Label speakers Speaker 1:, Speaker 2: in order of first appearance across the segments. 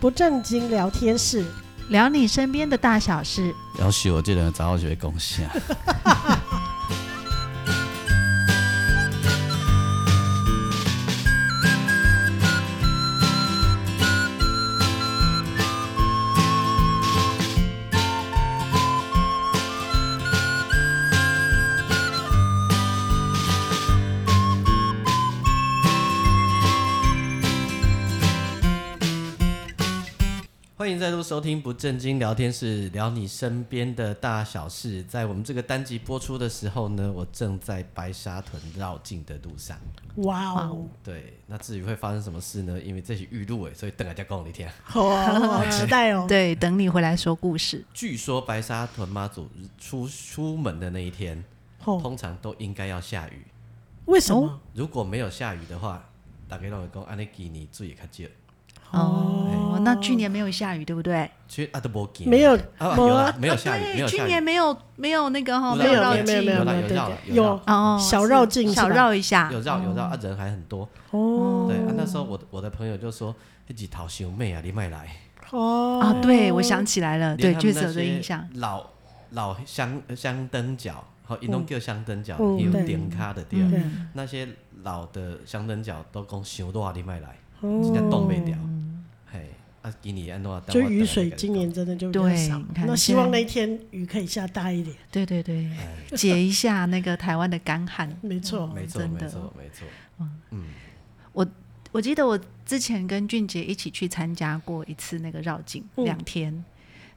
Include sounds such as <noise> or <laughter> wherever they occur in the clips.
Speaker 1: 不正经聊天室，
Speaker 2: 聊你身边的大小事。
Speaker 3: 要许我这人早我就会贡献。欢迎再度收听《不正经聊天室》，聊你身边的大小事。在我们这个单集播出的时候呢，我正在白沙屯绕境的路上。
Speaker 1: 哇哦，
Speaker 3: 对，那至于会发生什么事呢？因为这是预录欸诶，所以等下再跟你听。
Speaker 1: 好啊好期待哦。
Speaker 2: 对，等你回来说故事。
Speaker 3: 据说白沙屯妈祖出出门的那一天，
Speaker 1: 吼，
Speaker 3: 通常都应该要下雨。
Speaker 1: 为什
Speaker 2: 哦
Speaker 1: 么？
Speaker 3: 如果没有下雨的话，大概让我讲安啊尼给你注意较少。
Speaker 2: 哦，那去年没有下雨，对不对？
Speaker 3: 其实阿都无见，
Speaker 1: 没有
Speaker 3: 啊，
Speaker 1: 没
Speaker 3: 有
Speaker 1: 有
Speaker 3: 啦，没有下雨，
Speaker 2: 对
Speaker 3: 没有
Speaker 2: 去
Speaker 3: 下雨
Speaker 2: 年。没有没有那个哈，
Speaker 3: 有
Speaker 1: 没有
Speaker 2: 绕
Speaker 1: 没有没有
Speaker 2: 境
Speaker 1: 没有
Speaker 3: 有啦
Speaker 1: 没有，对
Speaker 3: 有啦
Speaker 1: 对，
Speaker 3: 有啦
Speaker 1: 有
Speaker 2: 哦，
Speaker 1: 小
Speaker 2: 是
Speaker 1: 绕境是吧
Speaker 2: 小绕一下，
Speaker 3: 有绕有绕啊，人还很多。
Speaker 1: 哦
Speaker 3: 对啊，那时候我的我的朋友就说：“一起讨熊妹啊，你卖来。
Speaker 1: 哦
Speaker 2: 啊，对，我想起来”了，呃对，
Speaker 3: 连他
Speaker 2: 确
Speaker 3: 们
Speaker 2: 实
Speaker 3: 那
Speaker 2: 有这
Speaker 3: 些
Speaker 2: 印象。
Speaker 3: 老老香香灯角，好，一
Speaker 1: 嗯
Speaker 3: 弄叫香灯角，
Speaker 1: 嗯
Speaker 3: 也有
Speaker 1: 对
Speaker 3: 点卡的对啊。
Speaker 1: 对
Speaker 2: 嗯
Speaker 3: 那些老的香灯角都讲熊多啊，你卖来，人家冻
Speaker 1: 哦
Speaker 3: 袂掉。嘿，啊，今年安怎样？
Speaker 1: 就雨水今年真的就比较
Speaker 2: 对
Speaker 1: 少
Speaker 2: 你，看
Speaker 1: 那希
Speaker 2: 现在
Speaker 1: 望那一天雨可以下大一点。
Speaker 2: 对对对，解一下那个台湾的干旱。
Speaker 1: 没错，
Speaker 3: 哎没
Speaker 2: 哦
Speaker 3: 错
Speaker 2: 真
Speaker 3: 没
Speaker 2: 的
Speaker 3: 错没错，
Speaker 2: 我记得我之前跟俊杰一起去参加过一次那个绕境，
Speaker 1: 嗯
Speaker 2: 两天。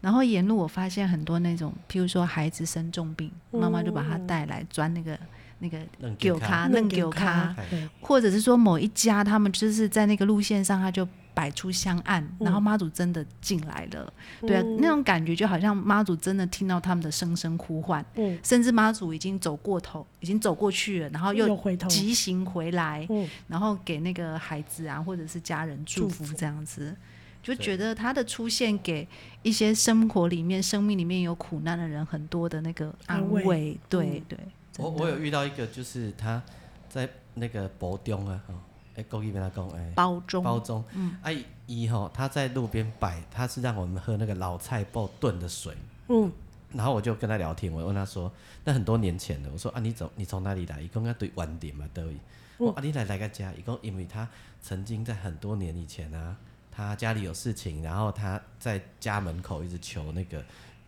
Speaker 2: 然后沿路我发现很多那种，譬如说孩子生重病，妈妈就把他带来钻那个那个
Speaker 3: 弄
Speaker 2: 九
Speaker 3: 给他
Speaker 2: 咖、
Speaker 1: 弄
Speaker 2: 弄
Speaker 1: 给
Speaker 2: 九
Speaker 1: 咖
Speaker 2: 咖，
Speaker 1: 对，
Speaker 2: 或者是说某一家他们就是在那个路线上，他就摆出香案，
Speaker 1: 嗯
Speaker 2: 然后妈祖真的进来了，对啊，那种感觉就好像妈祖真的听到他们的声声呼唤，
Speaker 1: 嗯，
Speaker 2: 甚至妈祖已经走过头，已经走过去了，然后
Speaker 1: 又
Speaker 2: 又
Speaker 1: 回头，
Speaker 2: 急行回来，
Speaker 1: 嗯，
Speaker 2: 然后给那个孩子啊或者是家人祝
Speaker 1: 祝
Speaker 2: 福
Speaker 1: 福
Speaker 2: 这样子。就
Speaker 3: 对
Speaker 2: 觉得他的出现给一些生活里面、生命里面有苦难的人很多的那个安
Speaker 1: 安
Speaker 2: 慰，
Speaker 1: 慰嗯
Speaker 2: 对对。
Speaker 3: 我
Speaker 2: 真的
Speaker 3: 我有遇到一个，就是他在那个博中啊，哦，哎，国语跟他讲，哎，
Speaker 2: 包中
Speaker 3: 包中，哎，一吼，他在路边摆，他是让我们喝那个老菜包炖的水，
Speaker 1: 嗯，
Speaker 3: 然后我就跟他聊天，我问他说，那很多年前的，我说啊，你从你从哪里来？一共要对晚点嘛，
Speaker 1: 嗯
Speaker 3: 德语，我说啊，你来来个家，一共因为他曾经在很多年以前啊，他家里有事情，然后他在家门口一直求那个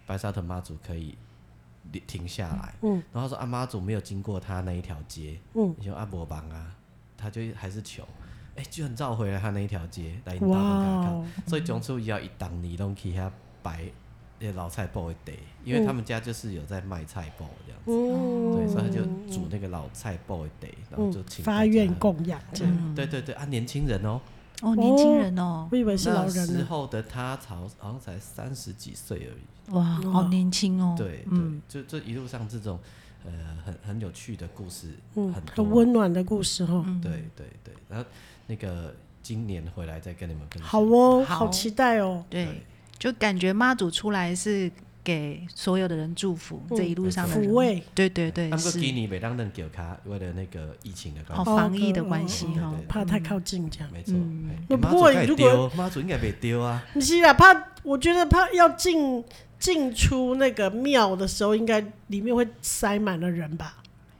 Speaker 3: 白沙屯妈祖可以停停下来，
Speaker 1: 嗯
Speaker 3: 然后他说阿啊妈祖没有经过他那一条街，
Speaker 1: 嗯
Speaker 3: 嗯，你说阿伯帮啊，他就还是求，哎、居然绕回来他那一条街来引导
Speaker 1: 哇
Speaker 3: 他看，
Speaker 1: 哦，
Speaker 3: 所以当初要一档你拢去遐摆那老菜包的地，因为他们家就是有在卖菜包这样子，
Speaker 1: 嗯，
Speaker 3: 对，所以他就煮那个老菜包的地，然后就
Speaker 1: 嗯
Speaker 3: 请大家
Speaker 1: 发愿，供养这样。
Speaker 3: 对对对啊，年轻人哦，
Speaker 2: 嗯哦，年轻人哦，
Speaker 1: 我以为是老
Speaker 3: 那
Speaker 1: 人
Speaker 3: 时
Speaker 1: 呢，
Speaker 3: 候的他好好像才三十几岁而已。
Speaker 2: 哇，好年轻哦。
Speaker 3: 嗯对
Speaker 1: 嗯
Speaker 3: 对，就这一路上这种呃很很有趣的故事，
Speaker 1: 嗯，
Speaker 3: 很多
Speaker 1: 很温暖的故事哈，
Speaker 2: 嗯
Speaker 3: 对对对，然后那个今年回来再跟你们分享。
Speaker 1: 好哦，
Speaker 2: 好
Speaker 1: 好期待哦，
Speaker 2: 对，就感觉妈祖出来是给所有的人祝福，
Speaker 1: 嗯
Speaker 2: 这一路上的人
Speaker 1: 抚慰，
Speaker 2: 对对对
Speaker 3: 他，们
Speaker 2: 是
Speaker 3: 给你每当人给他，为了那个疫情的关
Speaker 2: 哦，
Speaker 3: 系，
Speaker 2: 防疫的
Speaker 1: 哦
Speaker 2: 关系
Speaker 3: 对
Speaker 2: 哈
Speaker 3: 对。
Speaker 1: 怕太靠近这样。
Speaker 3: 没错。哎
Speaker 1: 嗯那
Speaker 3: 哎
Speaker 1: 不
Speaker 3: 妈
Speaker 1: 过
Speaker 3: 祖该
Speaker 1: 如果
Speaker 3: 丢，妈祖应该没丢啊。
Speaker 1: 不是啦，怕我觉得怕要进进出那个庙的时候，应该里面会塞满了人吧？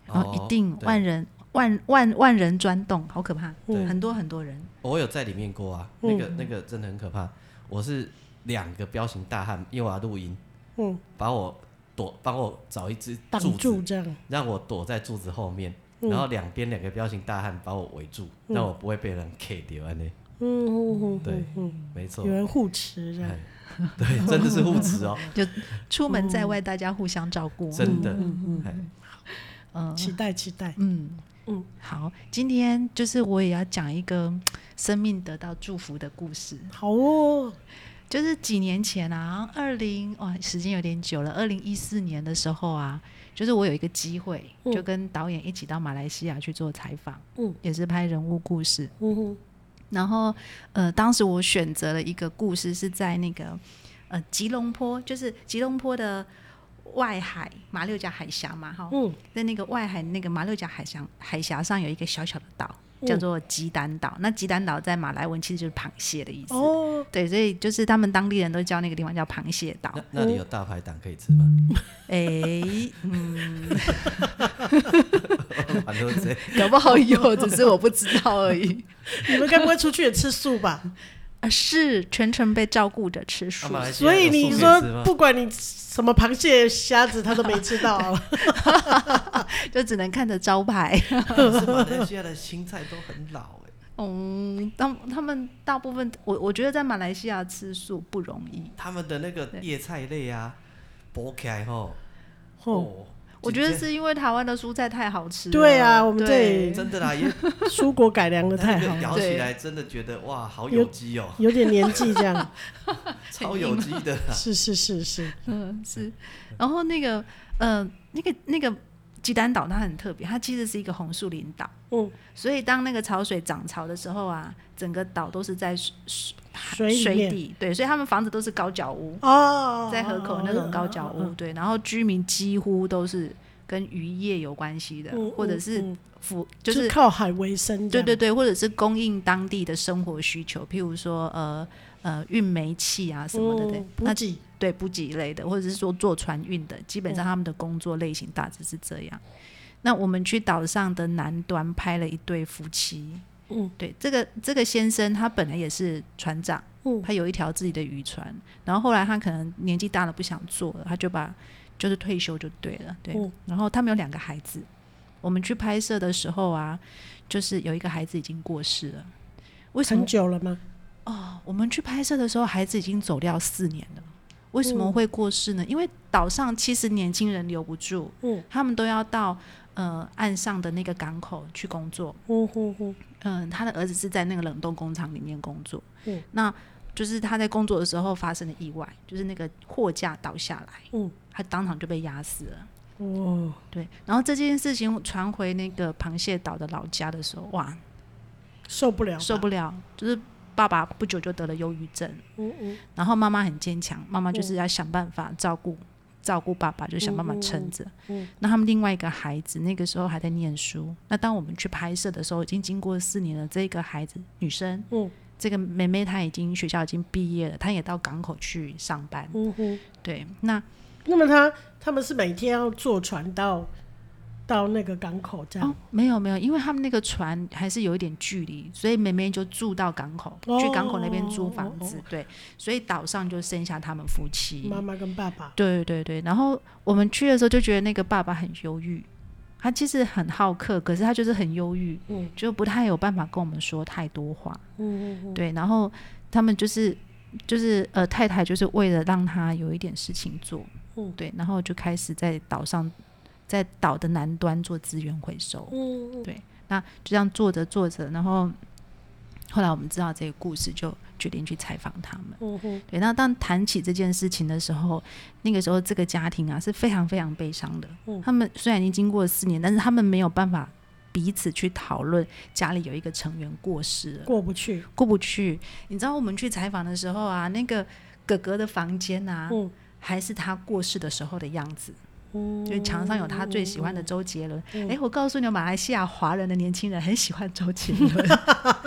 Speaker 2: 哦，一定万
Speaker 3: 对
Speaker 2: 人万万万人钻洞，好可怕，
Speaker 3: 对
Speaker 1: 嗯
Speaker 2: 很多很多人。
Speaker 3: 我有在里面过啊，那个那个真的很可怕。我是两个彪形大汉，因为我要录音，
Speaker 1: 嗯，
Speaker 3: 把我躲，帮我找一只
Speaker 1: 挡
Speaker 3: 柱子
Speaker 1: 住这样，
Speaker 3: 让我躲在柱子后面，
Speaker 1: 嗯
Speaker 3: 然后两边两个彪形大汉把我围住，让我不会被人 K 掉安尼。
Speaker 1: 嗯，嗯
Speaker 3: 对，
Speaker 1: 嗯
Speaker 3: 没错
Speaker 1: 有，嗯人护持这样
Speaker 3: 哎。对，真的是护持哦，
Speaker 2: 出门在外，大家互相照
Speaker 1: 嗯
Speaker 2: 顾。
Speaker 3: 嗯真的。哎
Speaker 2: 嗯
Speaker 1: 期待期待，
Speaker 2: 嗯
Speaker 1: 嗯
Speaker 2: 嗯，好，今天就是我也要讲一个嗯生命得到祝福的故事。
Speaker 3: 嗯
Speaker 1: 好哦，
Speaker 2: 就是几年前啊，二零哇，时间有点久了，二零一四年的时候啊，就是我有一个机会，
Speaker 1: 嗯
Speaker 2: 就跟导演一起到马来西亚去做采访，
Speaker 1: 嗯，
Speaker 2: 也是拍人物故事。
Speaker 1: 嗯哼，
Speaker 2: 然后呃，当时我选择了一个故事是在那个呃吉隆坡，就是吉隆坡的外海马六甲海峡嘛，哈，
Speaker 1: 嗯
Speaker 2: 在那个外海那个马六甲海峡海峡上有一个小小的岛，
Speaker 1: 嗯
Speaker 2: 叫做吉丹岛。那吉丹岛在马来文其实就是螃蟹的意思。
Speaker 1: 哦，
Speaker 2: 对，所以就是他们当地人都叫那个地方叫螃蟹岛。
Speaker 3: 那那里有大排档可以吃吗？ <laughs>
Speaker 2: 哎，
Speaker 3: 反正这
Speaker 2: 搞不好有，只是我不知道而
Speaker 1: <laughs>
Speaker 2: 已。
Speaker 1: 你们该不会出去也吃素
Speaker 3: <laughs>
Speaker 1: 吧？
Speaker 2: 啊，是全程被照顾着吃素
Speaker 3: 啊，马来西亚
Speaker 1: 所以你
Speaker 3: 有素可吃
Speaker 1: 说
Speaker 3: 吗
Speaker 1: 不管你什么螃蟹、虾子，他都没吃到
Speaker 3: <laughs>
Speaker 1: 啊，
Speaker 2: 就只能看着招牌。 <laughs>
Speaker 3: 可是马来西亚的青菜都很老哎、
Speaker 2: 嗯，他们他们大部分，我我觉得在马来西亚吃素不容易。
Speaker 3: 他们的那个叶菜类啊，剥起来吼，
Speaker 1: 哦，
Speaker 3: 哦，
Speaker 2: 我觉得是因为台湾的蔬菜太好吃了。
Speaker 1: 对啊我们这
Speaker 2: 对
Speaker 1: 里
Speaker 3: 真
Speaker 2: <laughs>
Speaker 3: 的啦，也
Speaker 1: 蔬果改良的太
Speaker 3: 那
Speaker 1: 好
Speaker 3: 个
Speaker 1: 了，
Speaker 3: 咬起来真的觉得哇，好有机哦、
Speaker 1: 有点年纪这
Speaker 2: <laughs> 啊
Speaker 1: 样，
Speaker 3: 超有机的啦。
Speaker 1: 是是是是，
Speaker 2: 嗯是。然后那个呃，那个那个鸡蛋岛它很特别，它其实是一个红树林岛，
Speaker 1: 嗯，
Speaker 2: 所以当那个潮水涨潮的时候啊，整个岛都是在水水
Speaker 1: 水里面
Speaker 2: 底，对，所以他们房子都是高脚屋，
Speaker 1: 哦，嗯
Speaker 2: 在河口那种高脚屋，对，然后居民几乎都是跟渔业有关系的，
Speaker 1: 嗯，
Speaker 2: 或者是
Speaker 1: 嗯嗯
Speaker 2: 服就
Speaker 1: 就是靠海为生这
Speaker 2: 对
Speaker 1: 样，
Speaker 2: 对对，或者是供应当地的生活需求，譬如说呃呃运煤气啊什么的，对
Speaker 1: 嗯，补
Speaker 2: 那
Speaker 1: 给
Speaker 2: 对补给类的，或者是说做船运的，基本上他们的工作类型大致是这样。那我们去岛上的南端拍了一对夫妻，
Speaker 1: 嗯，
Speaker 2: 对，这个这个先生他本来也是船长，
Speaker 1: 嗯
Speaker 2: 他有一条自己的渔船，然后后来他可能年纪大了不想做了，他就把就是退休就对了，对。
Speaker 1: 嗯
Speaker 2: 然后他们有两个孩子，我们去拍摄的时候啊，就是有一个孩子已经过世了，为什么
Speaker 1: 很久了吗？
Speaker 2: 哦，我们去拍摄的时候，孩子已经走掉四年了。为什么会过世呢？因为岛上其实年轻人留不住，
Speaker 1: 嗯
Speaker 2: 他们都要到呃岸上的那个港口去工作。
Speaker 1: 嗯哼哼，
Speaker 2: 嗯、他的儿子是在那个冷冻工厂里面工作。
Speaker 1: 嗯，
Speaker 2: 那就是他在工作的时候发生了意外，就是那个货架倒下来，
Speaker 1: 嗯，
Speaker 2: 他当场就被压死了。
Speaker 1: 哦，
Speaker 2: 对，然后这件事情传回那个螃蟹岛的老家的时候，哇，
Speaker 1: 受不了吧，
Speaker 2: 受不了，就是爸爸不久就得了忧郁症。
Speaker 1: 嗯嗯
Speaker 2: 然后妈妈很坚强，妈妈就是要想办法照顾、照顾爸爸，就想办法撑着。
Speaker 1: 嗯
Speaker 2: 那他们另外一个孩子那个时候还在念书，那当我们去拍摄的时候，已经经过四年了。这个孩子女生，
Speaker 1: 嗯，
Speaker 2: 这个妹妹她已经学校已经毕业了，她也到港口去上班。
Speaker 1: 嗯哼。
Speaker 2: 对，那
Speaker 1: 那么他他们是每天要坐船到到那个港口这样
Speaker 2: 哦，没有没有，因为他们那个船还是有一点距离，所以妹妹就住到港口，
Speaker 1: 哦
Speaker 2: 去港口那边租房子。
Speaker 1: 哦
Speaker 2: 对，所以岛上就剩下他们夫妻。
Speaker 1: 妈妈跟爸爸，
Speaker 2: 对对对，然后我们去的时候就觉得那个爸爸很忧郁，他其实很好客，可是他就是很忧郁，
Speaker 1: 嗯
Speaker 2: 就不太有办法跟我们说太多话。
Speaker 1: 嗯嗯
Speaker 2: 对，然后他们就是就是呃太太就是为了让他有一点事情做，
Speaker 1: 嗯
Speaker 2: 对，然后就开始在岛上在岛的南端做资源回收，
Speaker 1: 嗯
Speaker 2: 对那就这样做着做着，然后后来我们知道这个故事，就决定去采访他们。
Speaker 1: 嗯嗯
Speaker 2: 对，那当谈起这件事情的时候，那个时候这个家庭啊是非常非常悲伤的。
Speaker 1: 嗯
Speaker 2: 他们虽然已经经过了四年，但是他们没有办法彼此去讨论家里有一个成员过世了，
Speaker 1: 过不去，
Speaker 2: 过不去。你知道我们去采访的时候啊，那个哥哥的房间啊，
Speaker 1: 嗯
Speaker 2: 还是他过世的时候的样子，
Speaker 1: 嗯，
Speaker 2: 就是墙上有他最喜欢的周杰伦。哎、
Speaker 1: 嗯
Speaker 2: 我告诉你哦，马来西亚华人的年轻人很喜欢周杰伦。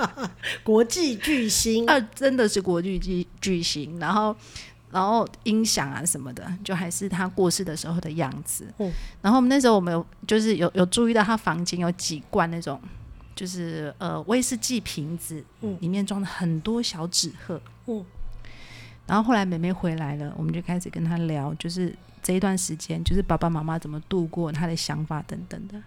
Speaker 1: 国际巨星，
Speaker 2: 二真的是国际巨巨星，然后然后音响啊什么的，就还是他过世的时候的样子。
Speaker 1: 嗯
Speaker 2: 然后我们那时候我们有就是有有注意到他房间有几罐那种。就是呃威士忌瓶子，
Speaker 1: 嗯
Speaker 2: 里面装了很多小纸鹤，
Speaker 1: 嗯
Speaker 2: 然后后来妹妹回来了，我们就开始跟她聊，就是这一段时间，就是爸爸妈妈怎么度过，她的想法等等的。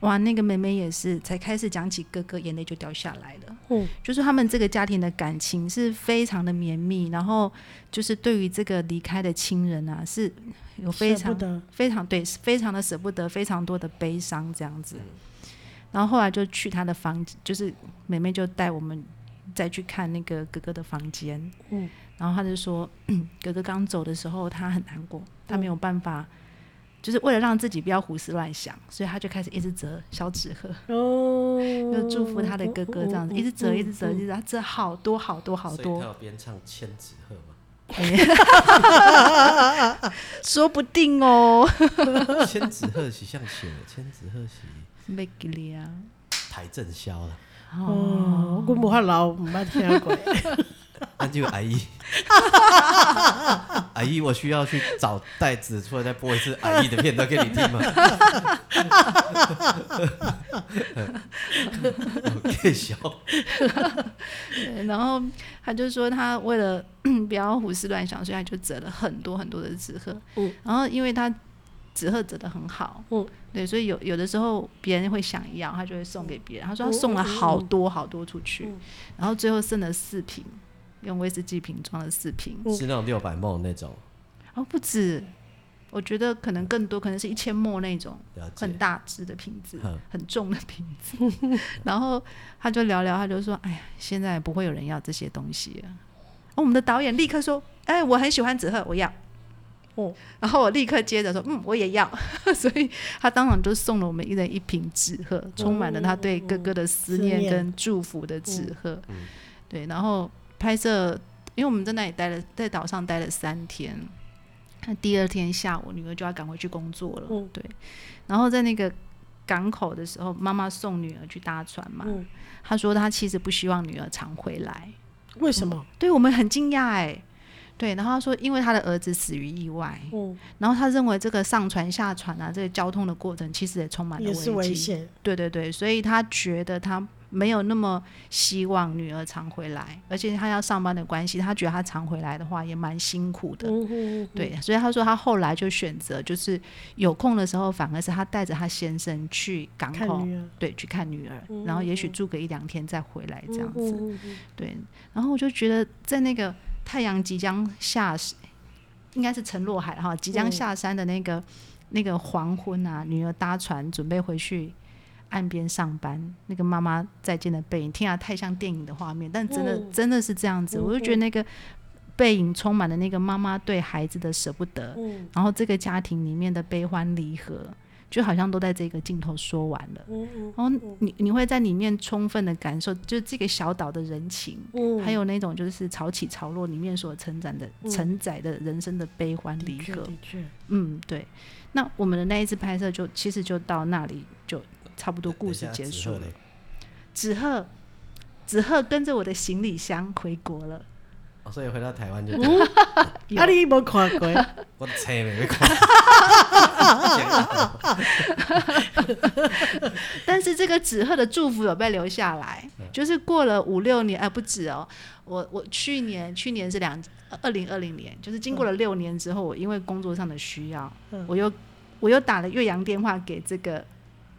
Speaker 2: 哇，那个妹妹也是才开始讲起哥哥，眼泪就掉下来了。
Speaker 1: 嗯，
Speaker 2: 就是他们这个家庭的感情是非常的绵密，然后就是对于这个离开的亲人啊，是有非
Speaker 1: 舍
Speaker 2: 常
Speaker 1: 不得，
Speaker 2: 非常对，非常的舍不得，非常多的悲伤这样子。然后后来就去他的房，就是妹妹就带我们再去看那个哥哥的房间，
Speaker 1: 嗯，
Speaker 2: 然后他就说， <clears throat> 嗯哥哥刚走的时候他很难过，他没有办法，就是为了让自己不要胡思乱想，所以他就开始一直折小纸鹤，
Speaker 1: 哦，嗯
Speaker 2: 就祝福他的哥哥这样子，一直折，一直折，一直折，他折好多好多 <laughs> 好
Speaker 3: 所以
Speaker 2: 多
Speaker 3: 他，有边唱千纸鹤嘛？
Speaker 2: <laughs> 说不定哦， <laughs>
Speaker 3: 千纸鹤是像写的，千纸鹤是
Speaker 2: 没给力啊，
Speaker 3: 台正宵啦，
Speaker 1: 哦，我无法老，毋捌听
Speaker 2: <laughs>
Speaker 1: 过。
Speaker 3: 那就阿姨，阿姨，我需要去找袋子出来再播
Speaker 2: <laughs>
Speaker 3: 一次阿姨的片段给你听吗？我可以笑，
Speaker 2: 对，然后他就说他为了 <clears throat> 不要胡思乱想，所以他就折了很多很多的纸鹤。
Speaker 1: 嗯，
Speaker 2: 然后因为他纸鹤折的很好，
Speaker 1: 嗯，
Speaker 2: 对，所以有有的时候别人会想要，他就会送给别人。他
Speaker 1: 哦
Speaker 2: 说他送
Speaker 1: 嗯
Speaker 2: 了好多好多出去，然后最后剩了四瓶，用威士忌瓶装了四瓶，
Speaker 3: 是那种六百梦那种，
Speaker 2: 哦，不止。我觉得可能更多，可能是一千墨那种
Speaker 3: 了解
Speaker 2: 很大只的瓶子
Speaker 3: 嗯，
Speaker 2: 很重的瓶子。 <laughs> 然后他就聊聊，他就说：“哎呀，现在不会有人要这些东西了。哦”我们的导演立刻说：“哎，我很喜欢纸鹤，我要。”
Speaker 1: 哦，
Speaker 2: 然后我立刻接着说：“嗯，我也要。” <laughs> 所以他当场就送了我们一人一瓶纸鹤，充满了他对哥哥的思
Speaker 1: 哦思
Speaker 2: 念
Speaker 1: 念
Speaker 2: 跟祝福的
Speaker 1: 嗯
Speaker 2: 纸鹤。对，然后拍摄，因为我们在那里待了，在岛上待了三天。那第二天下午，女儿就要赶回去工作了。
Speaker 1: 嗯
Speaker 2: 对，然后在那个港口的时候，妈妈送女儿去搭船嘛。
Speaker 1: 嗯
Speaker 2: 她说她其实不希望女儿常回来，
Speaker 1: 为什么？
Speaker 2: 对我们很惊讶哎。对，然后她说，因为她的儿子死于意外，
Speaker 1: 嗯，
Speaker 2: 然后她认为这个上船下船啊，这个交通的过程其实也充满了
Speaker 1: 也是危
Speaker 2: 嗯危机。
Speaker 1: 险。
Speaker 2: 对对对，所以她觉得她没有那么希望女儿常回来，而且她要上班的关系，她觉得她常回来的话也蛮辛苦的。
Speaker 1: 嗯哼，
Speaker 2: 对，所以他说他后来就选择，就是有空的时候，反而是他带着他先生去港
Speaker 1: 看
Speaker 2: 口，
Speaker 1: 女嗯儿
Speaker 2: 对，去看女儿，然后也许住个一两天再回来这样子。
Speaker 1: 嗯哼
Speaker 2: 对，然后我就觉得在那个太阳即将下，应该是陈洛海哈，即将
Speaker 1: 嗯
Speaker 2: 下山的那个、那个黄昏啊，女儿搭船准备回去岸边上班，那个妈妈再见的背影，听起来太像电影的画面，但真的、
Speaker 1: 嗯
Speaker 2: 真的是这样子，我就觉得那个背影充满了那个妈妈对孩子的舍不得，
Speaker 1: 嗯
Speaker 2: 然后这个家庭里面的悲欢离合，就好像都在这个镜头说完了。
Speaker 1: 嗯
Speaker 2: 然后你你会在里面充分的感受，就是这个小岛的人情，
Speaker 1: 嗯，
Speaker 2: 还有那种就是潮起潮落里面所承载的、承载的人生的悲欢
Speaker 1: 的
Speaker 2: 离
Speaker 1: 确
Speaker 2: 合。
Speaker 1: 的确，
Speaker 2: 嗯，对。那我们的那一次拍摄就其实就到那里就差不多故事结束了
Speaker 3: 等一下。
Speaker 2: 子鹤，子鹤跟着我的行李箱回国了。
Speaker 3: 哦所以回到台湾就
Speaker 2: 嗯
Speaker 3: 对了
Speaker 1: 啊，你无看过？
Speaker 3: 我车没看， <laughs>
Speaker 2: 但是这个纸鹤的祝福有被留下来，就是过了五六年，哎、不止哦。我我去年去年是两呃二零二零年，就是经过了六年之后，我因为工作上的需要，
Speaker 1: 嗯
Speaker 2: 我又我又打了岳阳电话给这个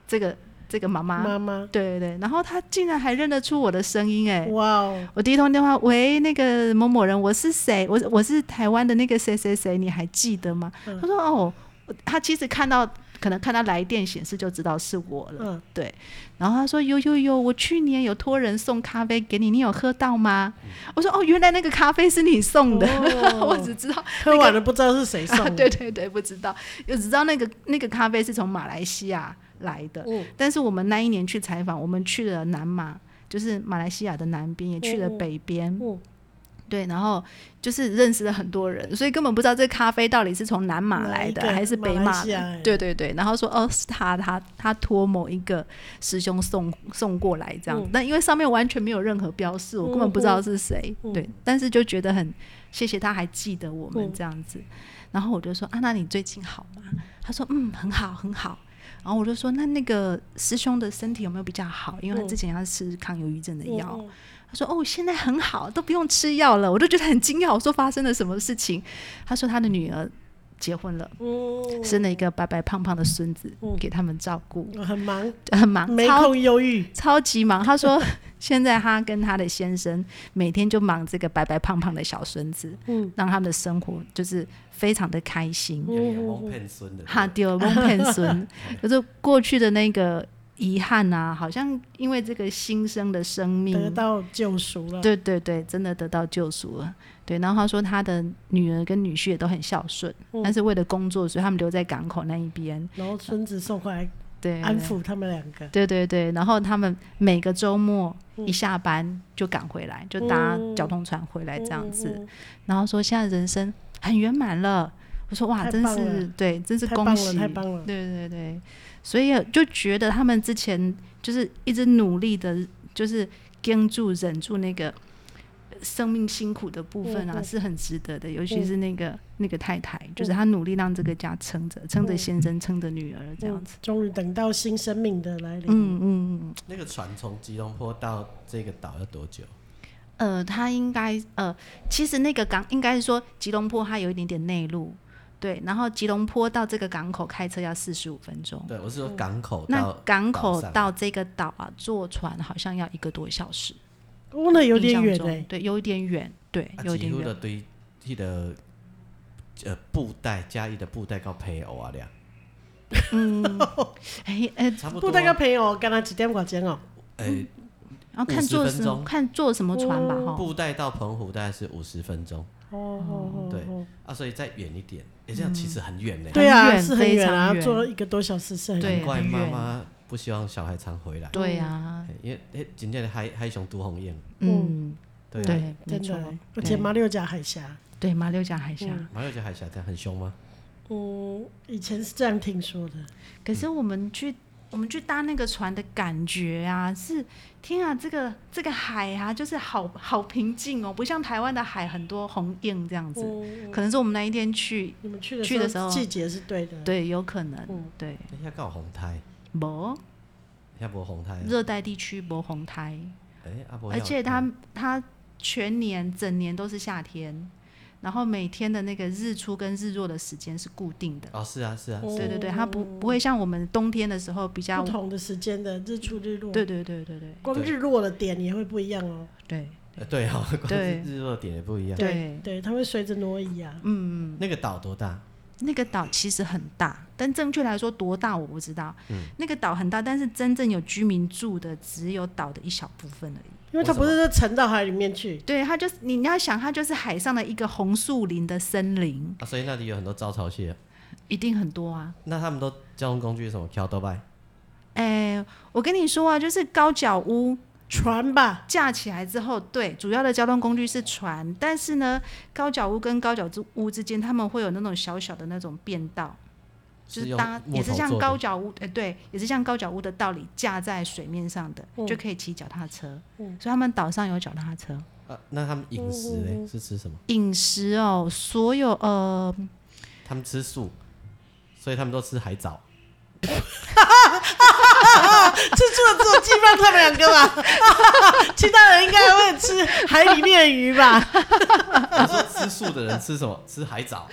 Speaker 2: 这个这个妈妈，
Speaker 1: 妈妈，
Speaker 2: 对对对，然后她竟然还认得出我的声音，哎，
Speaker 1: 哇哦，
Speaker 2: 我第一通电话，喂，那个某某人，我是谁？我我是台湾的那个谁谁谁，你还记得吗？
Speaker 1: 嗯
Speaker 2: 他说哦，我他其实看到可能看到来电显示就知道是我了，
Speaker 1: 嗯
Speaker 2: 对。然后他说有有有，我去年有托人送咖啡给你，你有喝到吗？我说哦，原来那个咖啡是你送的，
Speaker 1: 嗯哦
Speaker 2: <laughs> 我只知道
Speaker 1: 喝完了不知道是谁
Speaker 2: 啊，
Speaker 1: 送
Speaker 2: <laughs>
Speaker 1: <laughs>
Speaker 2: 对
Speaker 1: 的。
Speaker 2: 对对，不知道，就只知道那个那个咖啡是从马来西亚来的。
Speaker 1: 嗯
Speaker 2: 但是我们那一年去采访，我们去了南马，就是马来西亚的南边，也去了
Speaker 1: 嗯嗯
Speaker 2: 北边。
Speaker 1: 嗯
Speaker 2: 对，然后就是认识了很多人，所以根本不知道这咖啡到底是从南马
Speaker 1: 哪
Speaker 2: 来
Speaker 1: 一
Speaker 2: 的
Speaker 1: 个
Speaker 2: 还是北
Speaker 1: 马来
Speaker 2: 马
Speaker 1: 西亚
Speaker 2: 的
Speaker 1: 哎。
Speaker 2: 对对对，然后说哦，是他他他托某一个师兄送送过来这样
Speaker 1: 嗯，
Speaker 2: 那、因为上面完全没有任何标示，我根本不知道是谁。
Speaker 1: 嗯嗯
Speaker 2: 对，但是就觉得很谢谢他还记得我们
Speaker 1: 嗯
Speaker 2: 这样子。然后我就说啊，那你最近好吗？他说嗯，很好很好。然后我就说那那个师兄的身体有没有比较好？因为他
Speaker 1: 嗯
Speaker 2: 之前要吃抗忧郁症的药。
Speaker 1: 嗯
Speaker 2: 他说：“哦，现在很好，都不用吃药了。”我就觉得很惊讶，我说发生了什么事情？他说他的女儿结婚了，
Speaker 1: 嗯，
Speaker 2: 生了一个白白胖胖的孙子，
Speaker 1: 嗯
Speaker 2: 给他们照顾， <laughs>
Speaker 1: 我很忙，
Speaker 2: 很忙，
Speaker 1: 没
Speaker 2: 超
Speaker 1: 空忧郁。
Speaker 2: 超级忙。他说现在他跟他的先生每天就忙这个白白胖胖的小孙子，
Speaker 1: 嗯
Speaker 2: 让他们的生活就是非常的开心。
Speaker 3: 有眼蒙骗孙的，
Speaker 2: 哈丢翁骗孙，
Speaker 1: <laughs>
Speaker 2: 就是过去的那个遗憾啊，好像因为这个新生的生命
Speaker 1: 得到救赎了。
Speaker 2: 对对对，真的得到救赎了。对，然后他说他的女儿跟女婿也都很孝顺，
Speaker 1: 嗯
Speaker 2: 但是为了工作，所以他们留在港口那一边。
Speaker 1: 然后孙子送回来
Speaker 2: 对，
Speaker 1: 安抚他们两个。
Speaker 2: 对对对，然后他们每个周末
Speaker 1: 嗯
Speaker 2: 一下班就赶回来，就搭
Speaker 1: 嗯
Speaker 2: 交通船回来这样子。
Speaker 1: 嗯，嗯
Speaker 2: 然后说现在人生很圆满了。我说哇，
Speaker 1: 太
Speaker 2: 真
Speaker 1: 棒
Speaker 2: 是
Speaker 1: 了
Speaker 2: 对，真是
Speaker 1: 嗯太
Speaker 2: 恭
Speaker 1: 棒了，
Speaker 2: 喜！
Speaker 1: 太棒了。
Speaker 2: 对对对，所以就觉得他们之前就是一直努力的，就是盯住、忍住那个生命辛苦的部分啊，
Speaker 1: 嗯嗯
Speaker 2: 是很值得的。尤其是那个、嗯那个太太，就是她努力让这个家撑着，撑着先生，撑着女儿这样子。
Speaker 1: 嗯终于等到新生命的来临。
Speaker 2: 嗯嗯嗯，
Speaker 3: 那个船从吉隆坡到这个岛要多久？
Speaker 2: 呃，他应该呃，其实那个港应该是说吉隆坡它有一点点内陆，对，然后吉隆坡到这个港口开车要四十五分钟。
Speaker 3: 对，我是说港口
Speaker 2: 嗯那
Speaker 3: 哦到
Speaker 2: 港口
Speaker 3: 岛上
Speaker 2: 到这个岛啊，坐船好像要一个多小时，
Speaker 1: 哦，那有
Speaker 2: 印
Speaker 1: 点
Speaker 2: 象
Speaker 1: 远
Speaker 2: 中
Speaker 1: 哎、
Speaker 2: 对，有一点远，对，
Speaker 3: 啊，
Speaker 2: 有一
Speaker 3: 几
Speaker 2: 点
Speaker 3: 乎
Speaker 2: 远
Speaker 3: 的。对，迄个呃布袋嘉义的布袋到平湖啊俩，
Speaker 2: 哎哎，
Speaker 3: 差不多
Speaker 1: 不
Speaker 3: 呃
Speaker 1: 带个朋友跟他几点块钱哦？
Speaker 2: 嗯
Speaker 3: 诶，
Speaker 2: 然后看坐
Speaker 3: 50分
Speaker 2: 什么
Speaker 3: 钟哦
Speaker 2: 看坐什么船吧哈。
Speaker 3: 布袋到澎湖大概是五十分钟
Speaker 1: 哦哦
Speaker 3: 对
Speaker 1: 哦，
Speaker 3: 啊，所以再远一点，诶，这样其实
Speaker 2: 嗯
Speaker 3: 很远呢。
Speaker 1: 对啊，
Speaker 2: 很远
Speaker 1: 是很远啊，
Speaker 2: 非常远
Speaker 1: 坐一个多小时是很
Speaker 2: 对
Speaker 1: 远
Speaker 3: 难。怪
Speaker 2: 很
Speaker 3: 妈
Speaker 2: 远
Speaker 3: 妈不希望小孩常回来，
Speaker 2: 对啊，
Speaker 3: 诶因为诶，真正的海海熊独鸿雁，
Speaker 2: 嗯，
Speaker 3: 对啊，
Speaker 2: 对，没
Speaker 1: 哦真的
Speaker 2: 错，
Speaker 1: 欸，而且马六甲海峡，
Speaker 2: 对马六甲海峡。
Speaker 3: 马六甲海峡这样很凶吗？
Speaker 1: 嗯，以前是这样听说的。
Speaker 2: 可是我们去我们去搭那个船的感觉啊，是天啊，这个这个海啊，就是好好平静哦，不像台湾的海很多红印这样子。
Speaker 1: 嗯，
Speaker 2: 可能是我们那一天去，
Speaker 1: 你们去
Speaker 2: 去的
Speaker 1: 的时
Speaker 2: 时候
Speaker 1: 候季节是对的。
Speaker 2: 对，有可能
Speaker 1: 嗯，
Speaker 2: 对，
Speaker 3: 那遐有红胎，
Speaker 2: 没
Speaker 3: 遐无红胎啊，
Speaker 2: 热带地区没红台，
Speaker 3: 诶，啊无，
Speaker 2: 嗯而且它它全年整年都是夏天，然后每天的那个日出跟日落的时间是固定的。
Speaker 3: 哦，是啊是啊，
Speaker 1: 哦
Speaker 2: 对对对，它不不会像我们冬天的时候比较
Speaker 1: 不，同的时间的日出日落，
Speaker 2: 对对对对对
Speaker 1: 光日落的点也会不一样哦。
Speaker 2: 对
Speaker 3: 呃对哦， <laughs> 光
Speaker 2: 对
Speaker 3: 是日落点也不一样。
Speaker 2: 对，
Speaker 1: 对，它会随着挪移啊。
Speaker 2: 嗯。
Speaker 3: 那个岛多大？啊
Speaker 2: 那个岛其实很大，但正确来说多大我不知道。那个岛很大，但是真正有居民住的只有岛的一小部分而已。
Speaker 1: 因为它不是就沉到海里面去，
Speaker 2: 对，它就是你要想，它就是海上的一个红树林的森林，
Speaker 3: 啊，所以那里有很多招潮蟹。
Speaker 2: 一定很多啊。
Speaker 3: 那他们都交通工具是什么？桥都拜。
Speaker 2: 哎、我跟你说啊，就是高脚屋
Speaker 1: 船吧，
Speaker 2: 架起来之后，对，主要的交通工具是船，但是呢，高脚屋跟高脚屋之间，他们会有那种小小的那种便道。就是是
Speaker 3: 用
Speaker 2: 搭
Speaker 3: 木
Speaker 2: 也是
Speaker 3: 头
Speaker 2: 像
Speaker 3: 做的
Speaker 2: 高脚屋，哎、对，也是像高脚屋的道理，架在水面上的、
Speaker 1: 嗯
Speaker 2: 就可以骑脚踏车、
Speaker 1: 嗯
Speaker 2: 所以他们岛上有脚踏车。
Speaker 3: 啊，那他们饮食
Speaker 2: 哦
Speaker 3: 呢？是吃什么？
Speaker 2: 饮食哦，所有呃，
Speaker 3: 他们吃素，所以他们都吃海藻。 <laughs>
Speaker 1: 吃住的只有鸡饭他们两个吧， <laughs> 其他人应该会吃海里面的鱼吧。
Speaker 3: 我说吃素的人吃什么？吃海藻。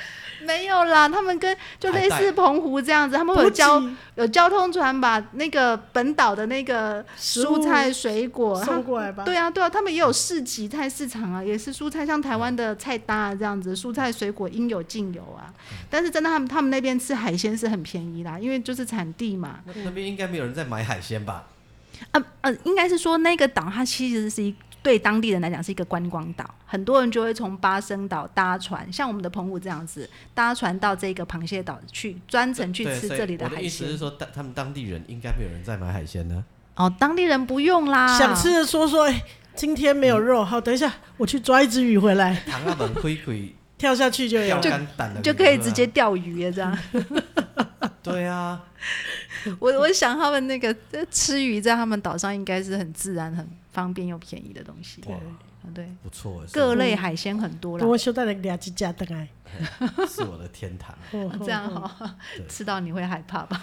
Speaker 2: 没有啦，他们跟就
Speaker 3: 海
Speaker 2: 类
Speaker 3: 带
Speaker 2: 似澎湖这样子，他们会有
Speaker 1: 补给
Speaker 2: 交有交通船把那个本岛的那个
Speaker 1: 食物
Speaker 2: 蔬菜水果，他
Speaker 1: 送过来吧。
Speaker 2: 对啊，对啊，他们也有市集菜市场啊，也是蔬菜，像台湾的菜搭啊这样子，蔬菜水果应有尽有啊。但是真的，他们他们那边吃海鲜是很便宜啦，因为就是产地嘛。
Speaker 3: 那那边应该没有人在买海鲜吧？
Speaker 2: 呃呃，应该是说那个岛它其实是一对当地人来讲是一个观光岛，很多人就会从巴生岛搭船，像我们的澎湖这样子搭船到这个螃蟹岛去，专程去
Speaker 3: 对
Speaker 2: 吃
Speaker 3: 所以
Speaker 2: 这里
Speaker 3: 我的
Speaker 2: 海
Speaker 3: 意思
Speaker 2: 鲜
Speaker 3: 是。说，当他们当地人应该没有人在买海鲜呢。
Speaker 2: 哦，当地人不用啦，
Speaker 1: 想吃的说说，哎，今天没有肉，好，等一下我去抓一只鱼回来，
Speaker 3: 唐阿本亏亏
Speaker 1: 跳下去就有
Speaker 3: 钓。竿蛋的，
Speaker 2: 就可以直接。钓鱼了这样。
Speaker 3: 对啊，
Speaker 2: 我我想他们那个呃吃鱼在他们岛上应该是很自然、很方便又便宜的东西。
Speaker 3: 哇，
Speaker 2: 啊对，
Speaker 3: 不错，是
Speaker 2: 各类海鲜很多啦
Speaker 1: 等，我修到那个俩鸡架等来，
Speaker 3: 是我的天堂。
Speaker 1: 哦
Speaker 2: <laughs> 这样哈、
Speaker 3: 对
Speaker 2: 吃到你会害怕吧？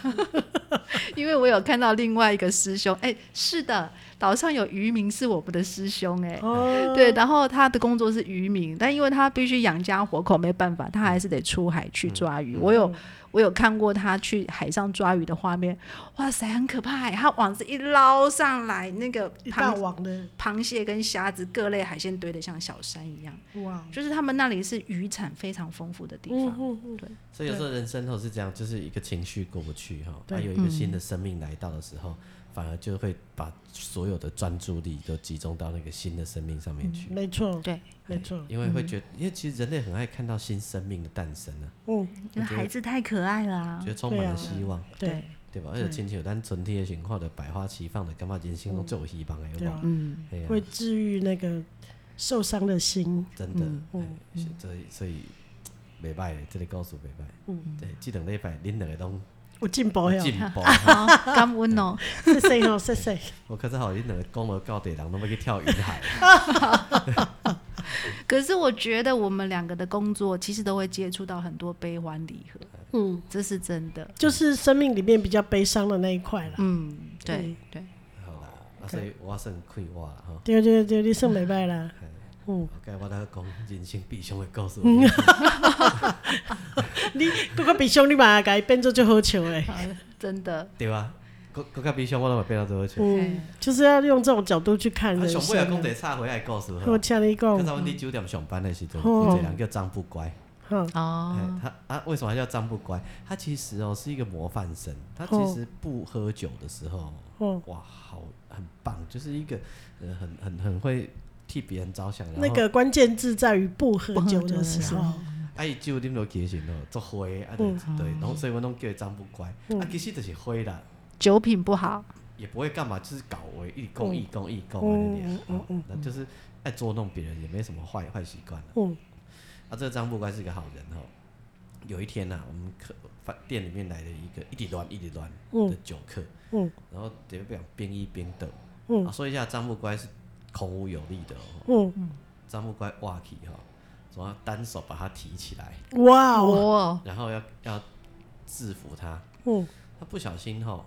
Speaker 2: <laughs> 因为我有看到另外一个师兄，哎、是的，岛上有渔民是我们的师兄、哎。
Speaker 1: 哦，
Speaker 2: 对，然后他的工作是渔民，但因为他必须养家活口，没办法，他还是得出海去抓
Speaker 1: 嗯
Speaker 2: 鱼。我有我有看过他去海上抓鱼的画面，哇塞，很可怕欸！他网子一捞上来，那个
Speaker 1: 一大
Speaker 2: 螃
Speaker 1: 网的
Speaker 2: 螃蟹跟虾子各类海鲜堆得像小山一样，
Speaker 1: 哇，
Speaker 2: 就是他们那里是渔产非常丰富的地方。
Speaker 1: 嗯嗯
Speaker 2: 对，
Speaker 3: 所以有时候人生都是这样，就是一个情绪过不去哈，还、
Speaker 1: 对嗯
Speaker 3: 有一个新的生命来到的时候，反而就会把所有的专注力都集中到那个新的生命上面去。
Speaker 1: 没错，
Speaker 2: 对，
Speaker 1: 没错，
Speaker 3: 因为会觉得，因为其实人类很爱看到新生命的诞生呢、
Speaker 1: 嗯，
Speaker 2: 因为孩子太可爱了
Speaker 3: 啊，
Speaker 2: 啊
Speaker 3: 觉。得充满
Speaker 1: 对
Speaker 3: 了
Speaker 1: 啊
Speaker 3: 希望，
Speaker 1: 对，
Speaker 3: 对吧？而且亲像咱春天的情况的百花齐放的，感觉人生中最有希望的，有
Speaker 1: 对
Speaker 3: 无
Speaker 1: 啊？
Speaker 2: 嗯，
Speaker 3: 哎呀
Speaker 1: 会治愈那个受伤的心，
Speaker 3: 真的，
Speaker 2: 嗯
Speaker 3: 哎所以所以，袂歹的，这个故事袂歹。对，这两礼拜恁两个拢
Speaker 1: 有进步嗯哦哟，
Speaker 3: 进
Speaker 1: <laughs>
Speaker 3: 步。
Speaker 2: 好，感恩哦。
Speaker 1: 谢谢哦，谢谢。
Speaker 3: 我可是好，你两个讲无到地人拢要去跳云海，
Speaker 2: 可是我觉得我们两个的工作其实都会接触到很多悲欢离合，
Speaker 1: 嗯，
Speaker 2: 这是真的。
Speaker 1: 就是生命里面比较悲伤的那一块啦。
Speaker 2: 嗯，对对。
Speaker 3: 好啦，啊，所以我算快活啦吼。
Speaker 1: 对对对，你算袂歹啦。嗯，
Speaker 3: OK，我来讲人生必凶的故事。
Speaker 1: 你不过比兄弟嘛，改变做就好笑诶。
Speaker 2: 好真的，
Speaker 3: <laughs> 对啊，国国较悲伤，我拢会变到
Speaker 1: <laughs>
Speaker 3: 最好笑。
Speaker 1: 嗯，就是要用这种角度去看
Speaker 3: 啊，
Speaker 1: 人
Speaker 3: 上尾也讲一
Speaker 1: 生。
Speaker 3: 个插回来的故事
Speaker 1: 我
Speaker 3: 吼。
Speaker 1: 请你
Speaker 3: 刚
Speaker 1: 讲，
Speaker 3: 才阮伫酒店上班的时阵，
Speaker 1: 哦
Speaker 3: 有一个人叫张不乖。
Speaker 1: 哈，
Speaker 2: 哦，
Speaker 3: 哎，他啊，为什么他叫张不乖？他其实哦是一个模范生，他其实不喝酒的时候，
Speaker 1: 哦，
Speaker 3: 哇，好很棒，就是一个呃很很很会替别人着想。然后
Speaker 1: 那个关键字在于不喝
Speaker 2: 不喝
Speaker 1: 酒
Speaker 2: 酒
Speaker 1: 的
Speaker 2: 的
Speaker 1: 时
Speaker 2: 时
Speaker 1: 候
Speaker 2: 候。
Speaker 3: 啊，伊酒啉落去的时候做花的，啊，就是
Speaker 1: 嗯
Speaker 3: 对，
Speaker 1: 哦
Speaker 3: 然后所以我拢叫伊张不乖，啊，其实就是花啦，
Speaker 2: 酒品不好，
Speaker 3: 也不会干嘛，就是搞为一公
Speaker 1: 嗯
Speaker 3: 一公一公那样，哦那就是爱捉弄别人，也没什么坏坏习惯了。
Speaker 1: 嗯
Speaker 3: 啊，这个张不乖是一个好人哦。有一天呐、我们客饭店里面来了一个一滴乱一滴乱的
Speaker 1: 嗯
Speaker 3: 酒客，
Speaker 1: 嗯
Speaker 3: 然后得不了边一边斗。
Speaker 1: 嗯
Speaker 3: 啊，说一下张不乖是孔武有力的哦，
Speaker 1: 嗯，
Speaker 3: 张不乖哇起哈，总要单手把他提起来，
Speaker 1: 哇哦，
Speaker 2: 哦，
Speaker 3: 然后要要制服他，
Speaker 1: 嗯，
Speaker 3: 他不小心哈、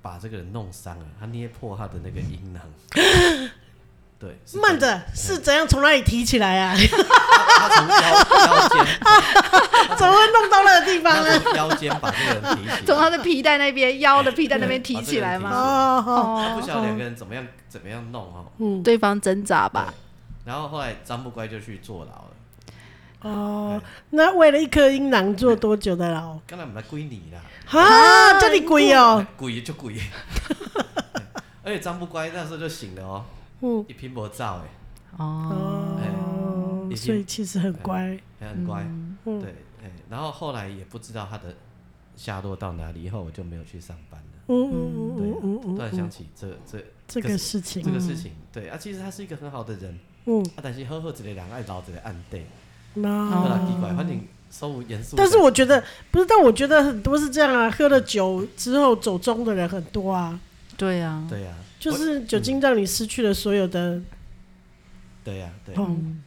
Speaker 3: 把这个人弄伤了，他捏破他的那个阴
Speaker 2: <laughs>
Speaker 3: 囊。对，是这样
Speaker 1: 慢着，是怎样从哪里提起来啊？
Speaker 3: 他从腰腰间，
Speaker 1: 怎么会哎弄到那个地方
Speaker 3: <laughs>
Speaker 1: 呢？
Speaker 3: 他从腰间把这个人提起来，
Speaker 2: 从他的皮带那边、腰的皮带那边提起来
Speaker 3: 把这个人提起
Speaker 1: 哦，
Speaker 2: <laughs> 吗？
Speaker 3: 来
Speaker 1: 好
Speaker 3: 他不
Speaker 2: 哦，
Speaker 3: 晓得两个人怎么样怎么样弄哦。
Speaker 1: 嗯，
Speaker 2: 对方挣扎吧，
Speaker 3: 然后后来张不乖就去坐牢了，哎
Speaker 1: 哦，那为了一颗阴囊做多久的牢？
Speaker 3: 刚才我们来归你啦，哎
Speaker 1: 啊，这里贵哦，
Speaker 3: 鬼就鬼。 <laughs> 哎而且张不乖那时候就醒了哦，
Speaker 1: 嗯，
Speaker 3: 一拼搏照
Speaker 2: 哦，
Speaker 1: 哦，
Speaker 3: 已
Speaker 1: 所
Speaker 3: 经
Speaker 1: 以其实很乖，
Speaker 3: 哎，很乖，
Speaker 1: 嗯
Speaker 3: 对，哎，然后后来也不知道他的下落到哪里，以后我就没有去上班了。
Speaker 1: 嗯嗯
Speaker 3: 对
Speaker 1: 嗯嗯，嗯
Speaker 3: 突然想起这这
Speaker 1: 这个事情
Speaker 3: 这，个事情，对啊，其实他是一个很好的人，
Speaker 1: 嗯，
Speaker 3: 啊，但是呵呵，这个人爱老这个暗地，
Speaker 1: 那
Speaker 2: 哦
Speaker 3: 好啦，奇怪，反正收入严肃的。
Speaker 1: 但是我觉得不是，但我觉得很多是这样啊，喝了酒之后走中的人很多啊，
Speaker 2: 对啊，
Speaker 3: 对呀，
Speaker 1: 就是酒精让你失去了所有的，
Speaker 3: 对呀，对。
Speaker 1: 嗯，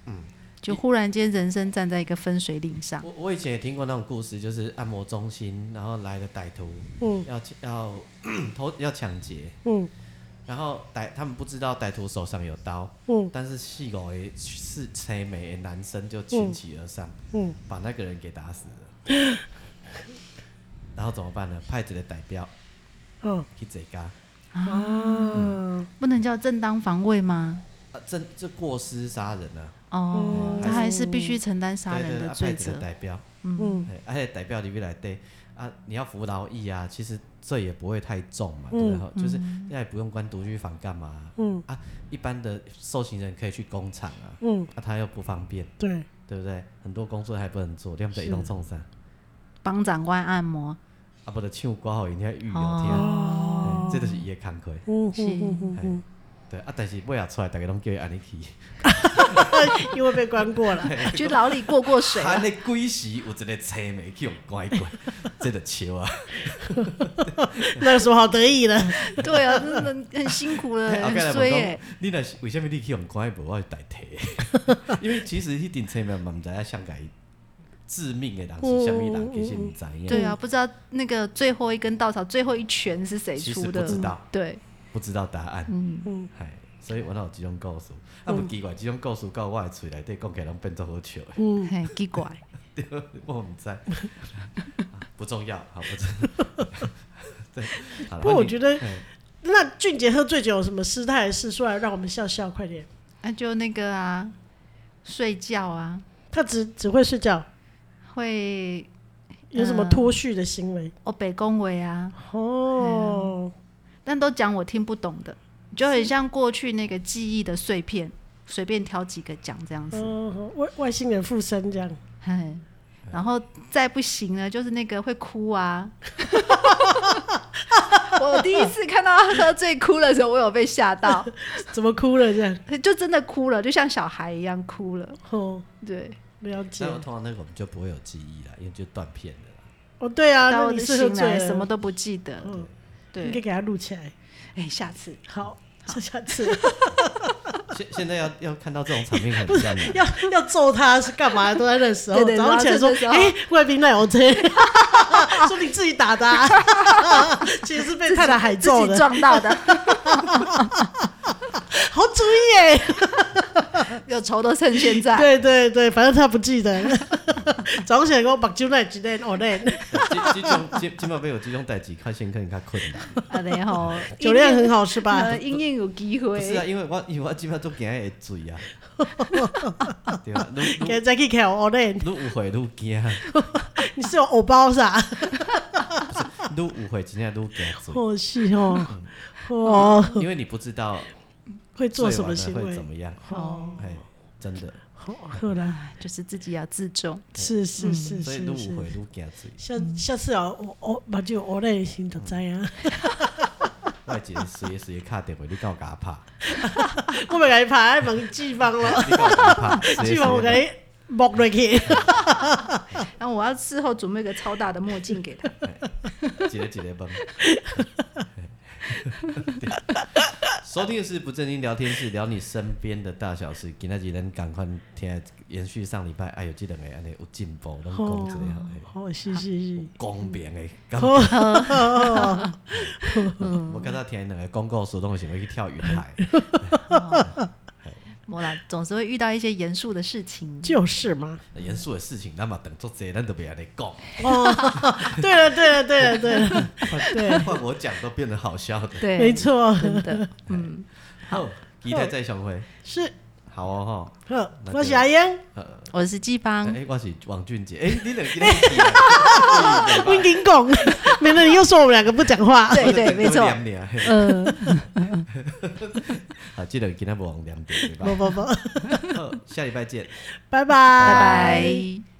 Speaker 2: 就忽然间人生站在一个分水岭上，
Speaker 3: 我我以前也听过那种故事，就是按摩中心，然后来了歹徒，
Speaker 1: 嗯
Speaker 3: 要要偷要抢劫，
Speaker 1: 嗯
Speaker 3: 然后歹他们不知道歹徒手上有刀，
Speaker 1: 嗯
Speaker 3: 但是细狗诶是催眉的男生就群起而上，
Speaker 1: 嗯，
Speaker 3: 把那个人给打死了。然后怎么办呢？派这个代表
Speaker 1: 嗯
Speaker 3: 去这家，
Speaker 1: 啊，
Speaker 2: 不能叫正当防卫吗？
Speaker 3: 啊，这这过失杀人啊，
Speaker 2: 哦，
Speaker 3: 嗯
Speaker 2: 他还是必须承担杀
Speaker 3: 对
Speaker 2: 人
Speaker 3: 对对，
Speaker 2: 的
Speaker 3: 啊派
Speaker 2: 罪
Speaker 3: 这个
Speaker 2: 责，
Speaker 3: 代表，
Speaker 1: 嗯
Speaker 3: 哎而且代表里面来对啊，你要服劳役啊，其实罪也不会太重嘛，
Speaker 1: 嗯
Speaker 3: 对不对哈？就是现在也不用关独居房干嘛啊、
Speaker 1: 嗯
Speaker 3: 一般的受刑人可以去工厂啊，
Speaker 1: 嗯，
Speaker 3: 那、他又不方便，
Speaker 1: 对，
Speaker 3: 对不对？很多工作还不能做，你们在移动冲上，
Speaker 2: 帮长官按摩，
Speaker 3: 啊，不得唱歌好，人家狱友听，
Speaker 2: 哦，
Speaker 3: 哎这就是伊的工课。
Speaker 1: 嗯
Speaker 2: 是
Speaker 1: 嗯嗯
Speaker 3: 哎
Speaker 1: 嗯
Speaker 3: 对啊，但是尾也出来，大家拢叫伊安尼去。
Speaker 1: 嗯， <laughs> 因为被关过
Speaker 3: <laughs>
Speaker 1: 了，
Speaker 2: <laughs> 去牢里过过水
Speaker 3: 他 <laughs>
Speaker 2: 啊，
Speaker 3: 那鬼时有一个车眉去用拐拐，这就笑啊！
Speaker 1: 那有什么好得意的？
Speaker 2: 对啊，真的很辛苦
Speaker 3: <laughs>
Speaker 2: 了，
Speaker 3: 后
Speaker 2: 很
Speaker 3: 来
Speaker 2: 衰
Speaker 3: 问
Speaker 2: 耶
Speaker 3: 讲，，你若是为什么你去用拐无我代
Speaker 1: <laughs>
Speaker 3: 替？因为其实迄顶车眉嘛，毋知影上界致命的人
Speaker 1: 嗯
Speaker 3: 是啥物人，其实毋知影。
Speaker 2: 对啊，不知道那个最后一根稻草、最后一拳是谁
Speaker 3: 其
Speaker 2: 出
Speaker 3: 实
Speaker 2: 的，
Speaker 3: 不知道
Speaker 2: 对，
Speaker 3: 不知道答案。嗯嗯，所以我哪有这种故事，
Speaker 1: 嗯
Speaker 3: 啊，不奇怪，这种故事到我的嘴内底讲起来拢变作好笑的，
Speaker 1: 嗯
Speaker 2: 嘿，奇怪，
Speaker 3: 我毋知，啊 <laughs> 不重要，好不重要。 <laughs> 对，好了
Speaker 1: 不过我觉得
Speaker 3: 嘿
Speaker 1: 那俊杰喝醉酒有什么失态的事出来让我们笑笑？快点，
Speaker 2: 那就那个啊，睡觉啊，
Speaker 1: 他只只会睡觉，
Speaker 2: 会
Speaker 1: 有
Speaker 2: 嗯
Speaker 1: 什么脱序的行为？
Speaker 2: 哦北恭维啊，
Speaker 1: 哦，
Speaker 2: 但都讲我听不懂的，就很像过去那个记忆的碎片，随便挑几个讲这样子，
Speaker 1: 哦，外外星人附身这样，
Speaker 2: 嘿，然后再不行呢，就是那个会
Speaker 1: <laughs>
Speaker 2: 哭啊。我第一次看到他喝醉哭的时候，我有被吓到，
Speaker 1: 怎么哭了这样？
Speaker 2: 就真的哭了，就像小孩一样哭了。
Speaker 1: 哦，
Speaker 2: 对，
Speaker 1: 了
Speaker 3: 那
Speaker 1: 解。
Speaker 3: 通常那个我们就不会有记忆了，因为就断片了啦。
Speaker 1: 哦，对啊，
Speaker 2: 到
Speaker 1: 那
Speaker 2: 我
Speaker 1: 你
Speaker 2: 的
Speaker 1: 是喝
Speaker 2: 醒
Speaker 1: 醉
Speaker 2: 来
Speaker 1: 了
Speaker 2: 什么？都不记得。
Speaker 1: 嗯你可以
Speaker 2: 对，
Speaker 1: 给它录起来。
Speaker 2: 哎，下次
Speaker 1: 好，下下次
Speaker 3: 现现在要要看到这种场面很啊困难。
Speaker 1: <laughs> 要要揍他是干嘛？都在那时候，
Speaker 2: 对对
Speaker 1: 早上起来说
Speaker 2: 然后趁这时：“候
Speaker 1: 哎、外宾奶油针，说你自己打的、啊， <laughs> 其实是被太太海
Speaker 2: 自
Speaker 1: 揍
Speaker 2: 己
Speaker 1: 的，
Speaker 2: 撞到的，
Speaker 1: <laughs> 好主意耶、
Speaker 2: 有仇都趁现在。
Speaker 1: 对对对，反正他不记得。 <laughs> 早上起来跟我把酒奶几袋哦嘞，
Speaker 3: 这这种今今晚被有这种代志，看先更加困难。
Speaker 2: 啊，然后
Speaker 1: <laughs> 酒量很好是吧？
Speaker 2: 呃，应应有机
Speaker 3: 不是啊，
Speaker 2: 会。
Speaker 3: 因为我因为我今晚都惊会醉
Speaker 1: <laughs>
Speaker 3: 啊。对啊，愈
Speaker 1: 给再去看哦嘞，
Speaker 3: 愈愈误会愈惊，啊
Speaker 1: 你是有偶包是吧？
Speaker 3: 愈误会真正愈惊
Speaker 1: <laughs>
Speaker 3: 醉，
Speaker 1: 哦是哦，
Speaker 3: 嗯
Speaker 1: 哦
Speaker 3: 因为你不知道
Speaker 1: 会做什么
Speaker 3: 醉
Speaker 1: 行
Speaker 3: 完了
Speaker 1: 为
Speaker 3: 会怎？么样。
Speaker 2: 哦，
Speaker 3: 哎，真的，
Speaker 1: 好，好啦，
Speaker 2: 就是自己要自重。
Speaker 1: 是是是
Speaker 3: 嗯所以
Speaker 1: 是
Speaker 3: 愈
Speaker 1: 是
Speaker 3: 误。会愈惊醉。
Speaker 1: 下下次啊，我我把酒我嘞心就知啊，
Speaker 3: 我姐
Speaker 1: <laughs>
Speaker 3: 谁谁卡电话，你敢有甲拍？嗯
Speaker 1: 我咪给你拍问季芳咯，
Speaker 3: 你敢有甲拍？
Speaker 1: <laughs> 季芳我给你剥落去，
Speaker 2: 然后我要事后准备个超大的墨镜给他。
Speaker 3: 一个一个问。收听的是不正经聊天室，聊你身边的大小事。今仔日咱赶快听，延续上礼拜，哎呦，这两个安尼有进步，咱讲一个哎
Speaker 1: 哦是是是，
Speaker 3: 公平的感觉。
Speaker 1: 好，哦
Speaker 3: <laughs> 我刚才听两个广告，说东西会去跳云海，
Speaker 2: 我啦，总是会遇到一些严肃的事情。
Speaker 1: 就是嘛。
Speaker 3: 严肃的事情，咱嘛等做这，咱都别安尼讲。 <laughs>
Speaker 1: 哦，对了对了对了对了，对
Speaker 3: 换我讲都变得好笑的。
Speaker 2: 对，
Speaker 1: 没，错，
Speaker 2: 真的，嗯，
Speaker 3: 好，期待再相会。
Speaker 1: 是。
Speaker 3: 好哦吼。
Speaker 1: 呵
Speaker 3: 那，就
Speaker 1: 我是阿英，
Speaker 3: 呃，
Speaker 2: 我是季
Speaker 3: 哎、
Speaker 2: 芳，
Speaker 3: 我是王俊杰。哎、你两
Speaker 2: <laughs>
Speaker 3: 个今天是几啊你两个
Speaker 1: 我已经 <laughs> 讲，免得你又说我们两个不讲话。
Speaker 2: 对对没错
Speaker 3: 念念嘿
Speaker 2: 呃，
Speaker 3: <laughs> 好，记得今天不忘两点，对吧
Speaker 1: 不不不，
Speaker 3: 好下礼拜见。
Speaker 1: 拜拜拜
Speaker 2: 拜拜。